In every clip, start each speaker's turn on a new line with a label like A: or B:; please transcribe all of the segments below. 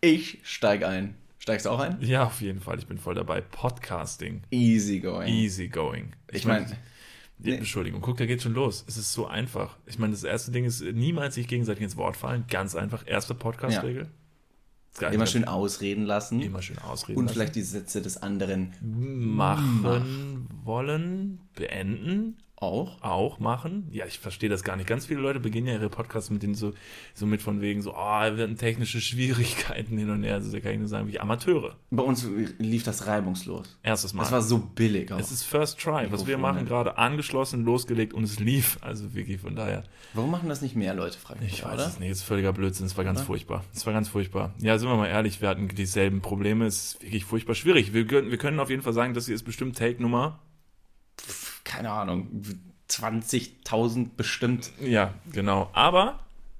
A: Ich steig ein. Steigst du auch ein?
B: Ja, auf jeden Fall. Ich bin voll dabei. Podcasting.
A: Easy going.
B: Easy going.
A: Ich meine,
B: Nee.
A: Nee.
B: Entschuldigung, guck, da geht schon los. Es ist so einfach. Ich meine, das erste Ding ist, niemals sich gegenseitig ins Wort fallen. Ganz einfach. Erste Podcast-Regel. Das Gleiche.
A: immer schön ausreden lassen
B: immer schön ausreden.
A: und
B: lassen.
A: vielleicht die Sätze des anderen
B: machen wollen, beenden,
A: auch.
B: auch machen. Ja, ich verstehe das gar nicht. Ganz viele Leute beginnen ja ihre Podcasts mit denen so, so mit von wegen so, ah, wir hatten technische Schwierigkeiten hin und her. Also da kann ich nur sagen, wie Amateure.
A: Bei uns lief das reibungslos.
B: Erstes Mal.
A: Das war so billig auch.
B: es ist First Try. Was wir
A: Mikrofone.
B: machen, gerade angeschlossen, losgelegt und es lief. Also wirklich, von daher.
A: Warum machen das nicht mehr Leute, frage
B: Ich
A: ich mich,
B: weiß
A: oder?
B: es nicht, es ist völliger Blödsinn, es war ganz furchtbar. Es war ganz furchtbar. Ja, sind wir mal ehrlich, wir hatten dieselben Probleme, es ist wirklich furchtbar schwierig. Wir können, wir können auf jeden Fall sagen, das hier ist bestimmt Take Nummer.
A: Keine Ahnung. 20.000 bestimmt.
B: Ja, genau. Aber,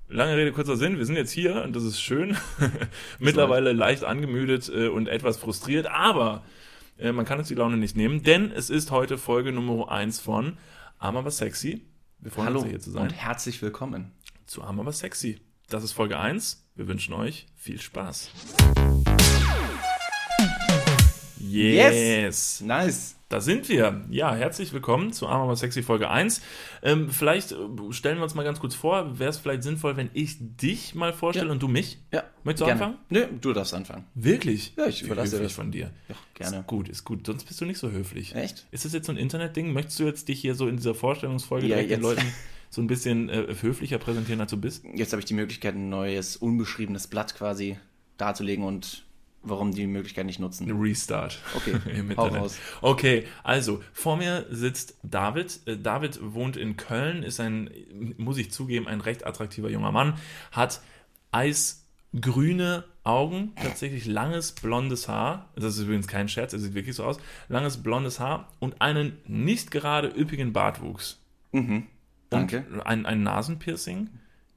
B: lange Rede, kurzer Sinn, wir sind jetzt hier und das ist schön. Mittlerweile leicht angemüdet äh, und etwas frustriert, aber äh, man kann uns die Laune nicht nehmen, denn es ist heute Folge Nummer 1 von Arm aber sexy. Wir freuen
A: Hallo
B: uns hier zu sein.
A: und herzlich willkommen.
B: Zu Arm aber sexy. Das ist Folge 1. Wir wünschen euch viel Spaß. Yes.
A: Nice.
B: Da sind wir. Ja, herzlich willkommen zu Arm aber sexy Folge 1. Ähm, vielleicht äh, stellen wir uns mal ganz kurz vor, wäre es vielleicht sinnvoll, wenn ich dich mal vorstelle
A: Ja.
B: und du mich?
A: Ja.
B: Möchtest du
A: gerne.
B: anfangen?
A: Nö, du darfst anfangen.
B: Wirklich?
A: Ja, ich überlasse dir
B: Höflich
A: das.
B: von dir.
A: Ja, gerne.
B: Ist gut, ist gut. Sonst bist du nicht so höflich.
A: Echt?
B: Ist das jetzt so ein Internetding? Möchtest du jetzt dich hier so in dieser Vorstellungsfolge
A: Ja,
B: direkt den
A: jetzt.
B: Leuten so ein bisschen äh, höflicher präsentieren, als du bist?
A: Jetzt habe ich die Möglichkeit, ein neues, unbeschriebenes Blatt quasi darzulegen und warum die Möglichkeit nicht nutzen.
B: Restart.
A: Okay,
B: Im
A: hau
B: Internet.
A: raus.
B: Okay, also vor mir sitzt David. Äh, David wohnt in Köln, ist ein, muss ich zugeben, ein recht attraktiver junger Mann, hat eisgrüne Augen, tatsächlich langes blondes Haar. Das ist übrigens kein Scherz, er sieht wirklich so aus. Langes blondes Haar und einen nicht gerade üppigen Bartwuchs.
A: Danke.
B: Und ein, ein Nasenpiercing.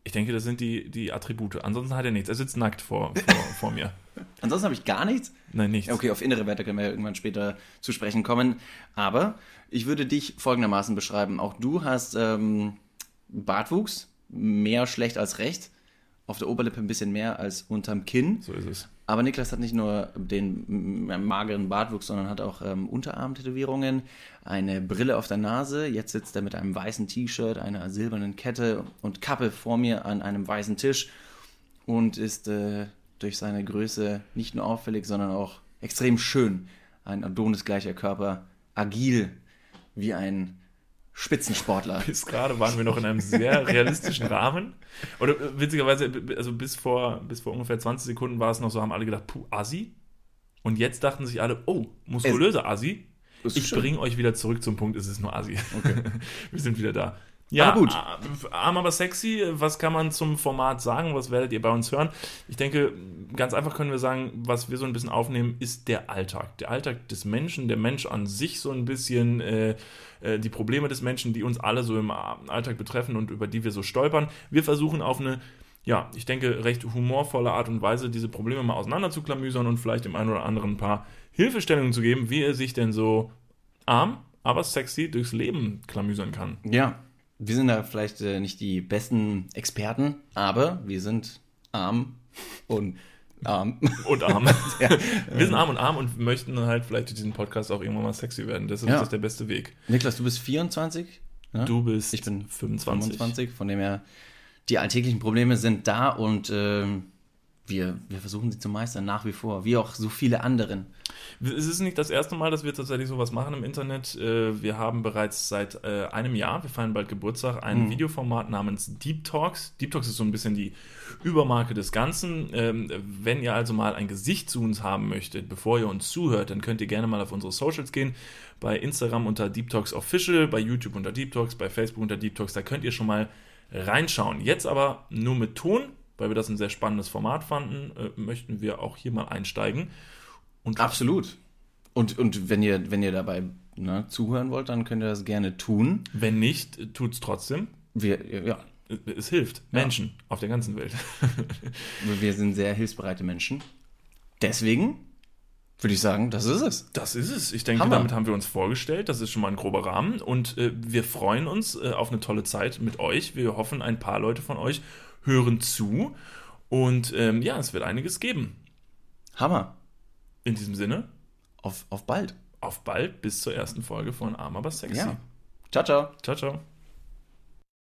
B: Ich denke, das sind die, die Attribute. Ansonsten hat er nichts. Er sitzt nackt vor, vor, vor mir.
A: Ansonsten habe ich gar nichts.
B: Nein, nichts.
A: Okay, auf innere Werte können wir ja irgendwann später zu sprechen kommen. Aber ich würde dich folgendermaßen beschreiben. Auch du hast ähm, Bartwuchs, mehr schlecht als recht. Auf der Oberlippe ein bisschen mehr als unterm Kinn.
B: So ist es.
A: Aber Niklas hat nicht nur den m, mageren Bartwuchs, sondern hat auch ähm, Unterarmtätowierungen, eine Brille auf der Nase. Jetzt sitzt er mit einem weißen T-Shirt, einer silbernen Kette und Kappe vor mir an einem weißen Tisch und ist äh, durch seine Größe nicht nur auffällig, sondern auch extrem schön. Ein Adonis-gleicher Körper, agil wie ein Spitzensportler.
B: bis gerade waren wir noch in einem sehr realistischen Rahmen. Oder äh, witzigerweise, b- b- also bis vor, bis vor ungefähr 20 Sekunden war es noch so, haben alle gedacht, puh, Assi. Und jetzt dachten sich alle, oh, muskulöser Assi.
A: Das ist
B: Ich
A: schön.
B: bringe euch wieder zurück zum Punkt, es ist nur Assi. wir sind wieder da. Ja,
A: Aber gut.
B: a- Arm aber sexy, was kann man zum Format sagen? Was werdet ihr bei uns hören? Ich denke, ganz einfach können wir sagen, was wir so ein bisschen aufnehmen, ist der Alltag. Der Alltag des Menschen, der Mensch an sich so ein bisschen, äh, äh, die Probleme des Menschen, die uns alle so im Alltag betreffen und über die wir so stolpern. Wir versuchen auf eine, ja, ich denke, recht humorvolle Art und Weise, diese Probleme mal auseinander zu klamüsern und vielleicht dem einen oder anderen ein paar Hilfestellungen zu geben, wie er sich denn so arm, aber sexy durchs Leben klamüsern kann.
A: Ja, wir sind da vielleicht äh, nicht die besten Experten, aber wir sind arm und arm.
B: Und arm. Wir sind arm und arm und möchten halt vielleicht durch diesen Podcast auch irgendwann mal sexy werden. Deshalb
A: Ja.
B: ist das der beste Weg.
A: Niklas, du bist 24? ne?
B: Du bist
A: Ich bin
B: 25.
A: 25, von dem her, die alltäglichen Probleme sind da und ähm, wir, wir versuchen sie zu meistern, nach wie vor, wie auch so viele anderen.
B: Es ist nicht das erste Mal, dass wir tatsächlich sowas machen im Internet. Äh, Wir haben bereits seit äh, einem Jahr, wir feiern bald Geburtstag, ein Videoformat namens Deep Talks. Deep Talks ist so ein bisschen die Übermarke des Ganzen. Ähm, Wenn ihr also mal ein Gesicht zu uns haben möchtet, bevor ihr uns zuhört, dann könnt ihr gerne mal auf unsere Socials gehen. Bei Instagram unter Deep Talks Official, bei YouTube unter Deep Talks, bei Facebook unter Deep Talks. Da könnt ihr schon mal reinschauen. Jetzt aber nur mit Ton, weil wir das ein sehr spannendes Format fanden, äh, möchten wir auch hier mal einsteigen. Und
A: Absolut. Und, und wenn, ihr, wenn ihr dabei ne, zuhören wollt, dann könnt ihr das gerne tun.
B: Wenn nicht, tut's trotzdem.
A: Wir, ja,
B: Es hilft Menschen auf der ganzen Welt.
A: wir sind sehr hilfsbereite Menschen. Deswegen würde ich sagen, das ist es.
B: Das ist es. Ich denke,
A: Hammer.
B: damit haben wir uns vorgestellt. Das ist schon mal ein grober Rahmen. Und äh, wir freuen uns äh, auf eine tolle Zeit mit euch. Wir hoffen, ein paar Leute von euch hören zu. Und ähm, ja, es wird einiges geben.
A: Hammer.
B: In diesem Sinne,
A: Auf, auf bald.
B: auf bald bis zur ersten Folge von Arm aber sexy.
A: Ja. Ciao, ciao.
B: Ciao, ciao.